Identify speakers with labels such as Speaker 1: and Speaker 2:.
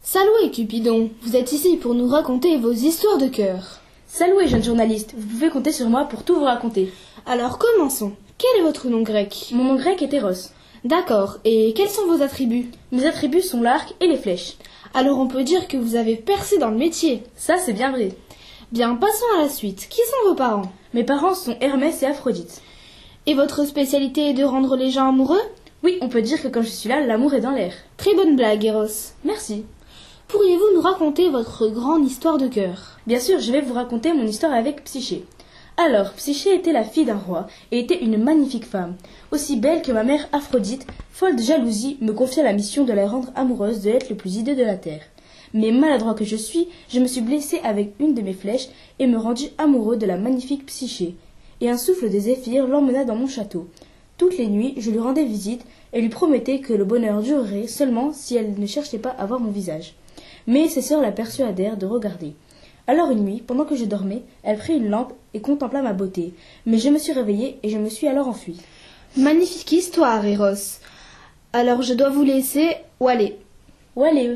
Speaker 1: Saloué, Cupidon, vous êtes ici pour nous raconter vos histoires de cœur.
Speaker 2: Saloué, jeune journaliste, vous pouvez compter sur moi pour tout vous raconter.
Speaker 1: Alors commençons. Quel est votre nom grec
Speaker 2: Mon nom grec est Eros.
Speaker 1: D'accord, et quels sont vos attributs
Speaker 2: Mes attributs sont l'arc et les flèches.
Speaker 1: Alors on peut dire que vous avez percé dans le métier.
Speaker 2: Ça, c'est bien vrai.
Speaker 1: Bien, passons à la suite. Qui sont vos parents
Speaker 2: Mes parents sont Hermès et Aphrodite.
Speaker 1: Et votre spécialité est de rendre les gens amoureux
Speaker 2: Oui, on peut dire que quand je suis là, l'amour est dans l'air.
Speaker 1: Très bonne blague, Eros.
Speaker 2: Merci.
Speaker 1: Pourriez-vous nous raconter votre grande histoire de cœur
Speaker 2: Bien sûr, je vais vous raconter mon histoire avec Psyché. Alors, Psyché était la fille d'un roi et était une magnifique femme, aussi belle que ma mère Aphrodite, folle de jalousie, me confia la mission de la rendre amoureuse de l'être le plus hideux de la terre. Mais maladroit que je suis, je me suis blessé avec une de mes flèches et me rendis amoureux de la magnifique Psyché. Et un souffle de zéphyr l'emmena dans mon château. Toutes les nuits, je lui rendais visite et lui promettais que le bonheur durerait seulement si elle ne cherchait pas à voir mon visage mais ses sœurs la persuadèrent de regarder. Alors une nuit, pendant que je dormais, elle prit une lampe et contempla ma beauté, mais je me suis réveillée et je me suis alors enfuie.
Speaker 1: Magnifique histoire, Eros. Alors je dois vous laisser. Où aller
Speaker 2: Où aller